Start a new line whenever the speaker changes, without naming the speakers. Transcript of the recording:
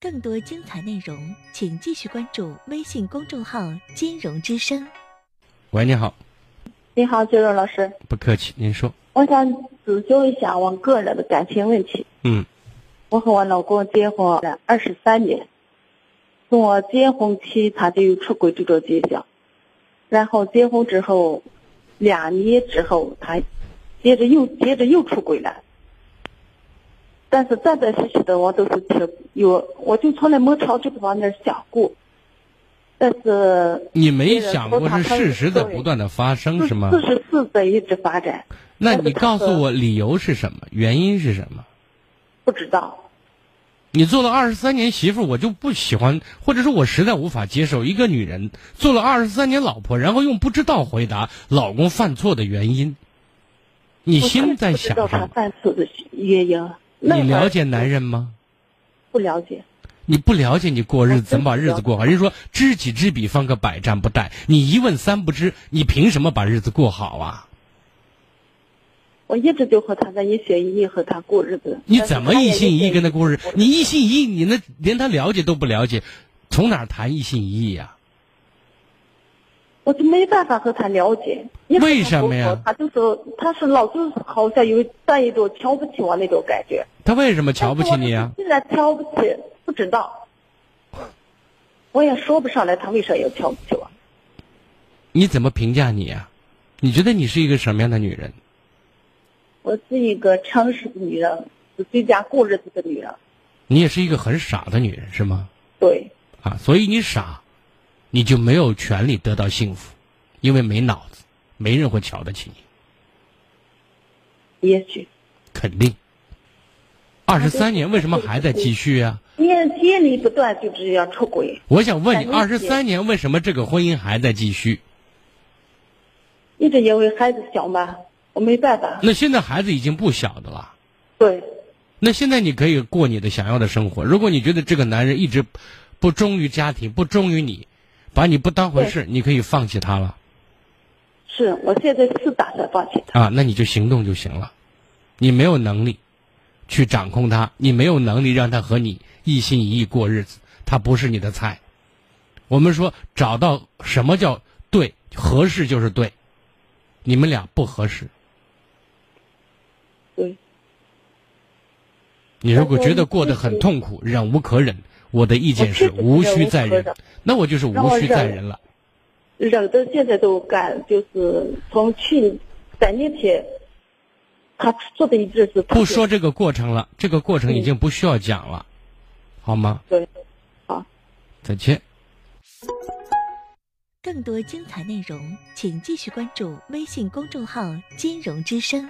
更多精彩内容，请继续关注微信公众号“金融之声
喂，你好，
你好，杰伦老师，
不客气，您说，
我想咨询一下我个人的感情问题。
嗯
我和我老公结婚了二十三年，从我结婚起他就有出轨这种迹象，然后结婚之后，两年之后他接着又接着又出轨了。但是断断续续的我都是挺有，我就从来没朝这个方面想过。但是，
你没想过是事实的不断的发生是吗？
四十四在一直发展，
那你告诉我理由是什么，原因是什么？
不知道。
你做了二十三年媳妇，我就不喜欢，或者说我实在无法接受一个女人做了二十三年老婆，然后用不知道回答老公犯错的原因。你
我
心
真
里在
不知
想
道
什么？
他犯错的原因。那
你
会儿
了解男人吗？
不了解？
你不了解你过日子
我真
怎么把日子过好？人家说知己知彼方可百战不殆，你一问三不知，你凭什么把日子过好啊？
我一直就和他在一心一意和他过日子。
你怎么一心一意跟他过日
但是？他也
你一心一意，你那连他了解都不了解，从哪儿谈一心一意啊呀、
我就没办法和他了解。
为什么呀
他就是他是老是好像有带一种瞧不起我那种感觉。
他为什么瞧不起你啊？
现在瞧不起，不知道。我也说不上来他为啥要瞧不起我。
你怎么评价你啊？你觉得你是一个什么样的女人？
我是一个诚实的女人，是居家过日子的女人。
你也是一个很傻的女人是吗？
对，
啊，所以你傻，你就没有权利得到幸福，因为没脑子，没人会瞧得起你，
也许
肯定。二十三年为什么还在继续啊？
接接离不断就这样出轨。
我想问你，二
感
十
觉
三年为什么这个婚姻还在继续？
一直因为孩子小嘛，我没办法。
那现在孩子已经不小的了。
对，
那现在你可以过你的想要的生活。如果你觉得这个男人一直不忠于家庭，不忠于你，把你不当回事，你可以放弃他了
是我现在是打算放弃他。
啊，那你就行动就行了。你没有能力去掌控他，你没有能力让他和你一心一意过日子，他不是你的菜。我们说找到什么叫对合适就是对，你们俩不合适。
对，
你如果觉得过得很痛苦，忍无可忍，我的意见是无需再忍，那我就是无需再忍了。
忍到现在都感就是从去三年前，他做的一直是特别
不说这个过程了，这个过程已经不需要讲了，好吗？
对，好。
再见。”。
更多精彩内容，请继续关注微信公众号“金融之声”。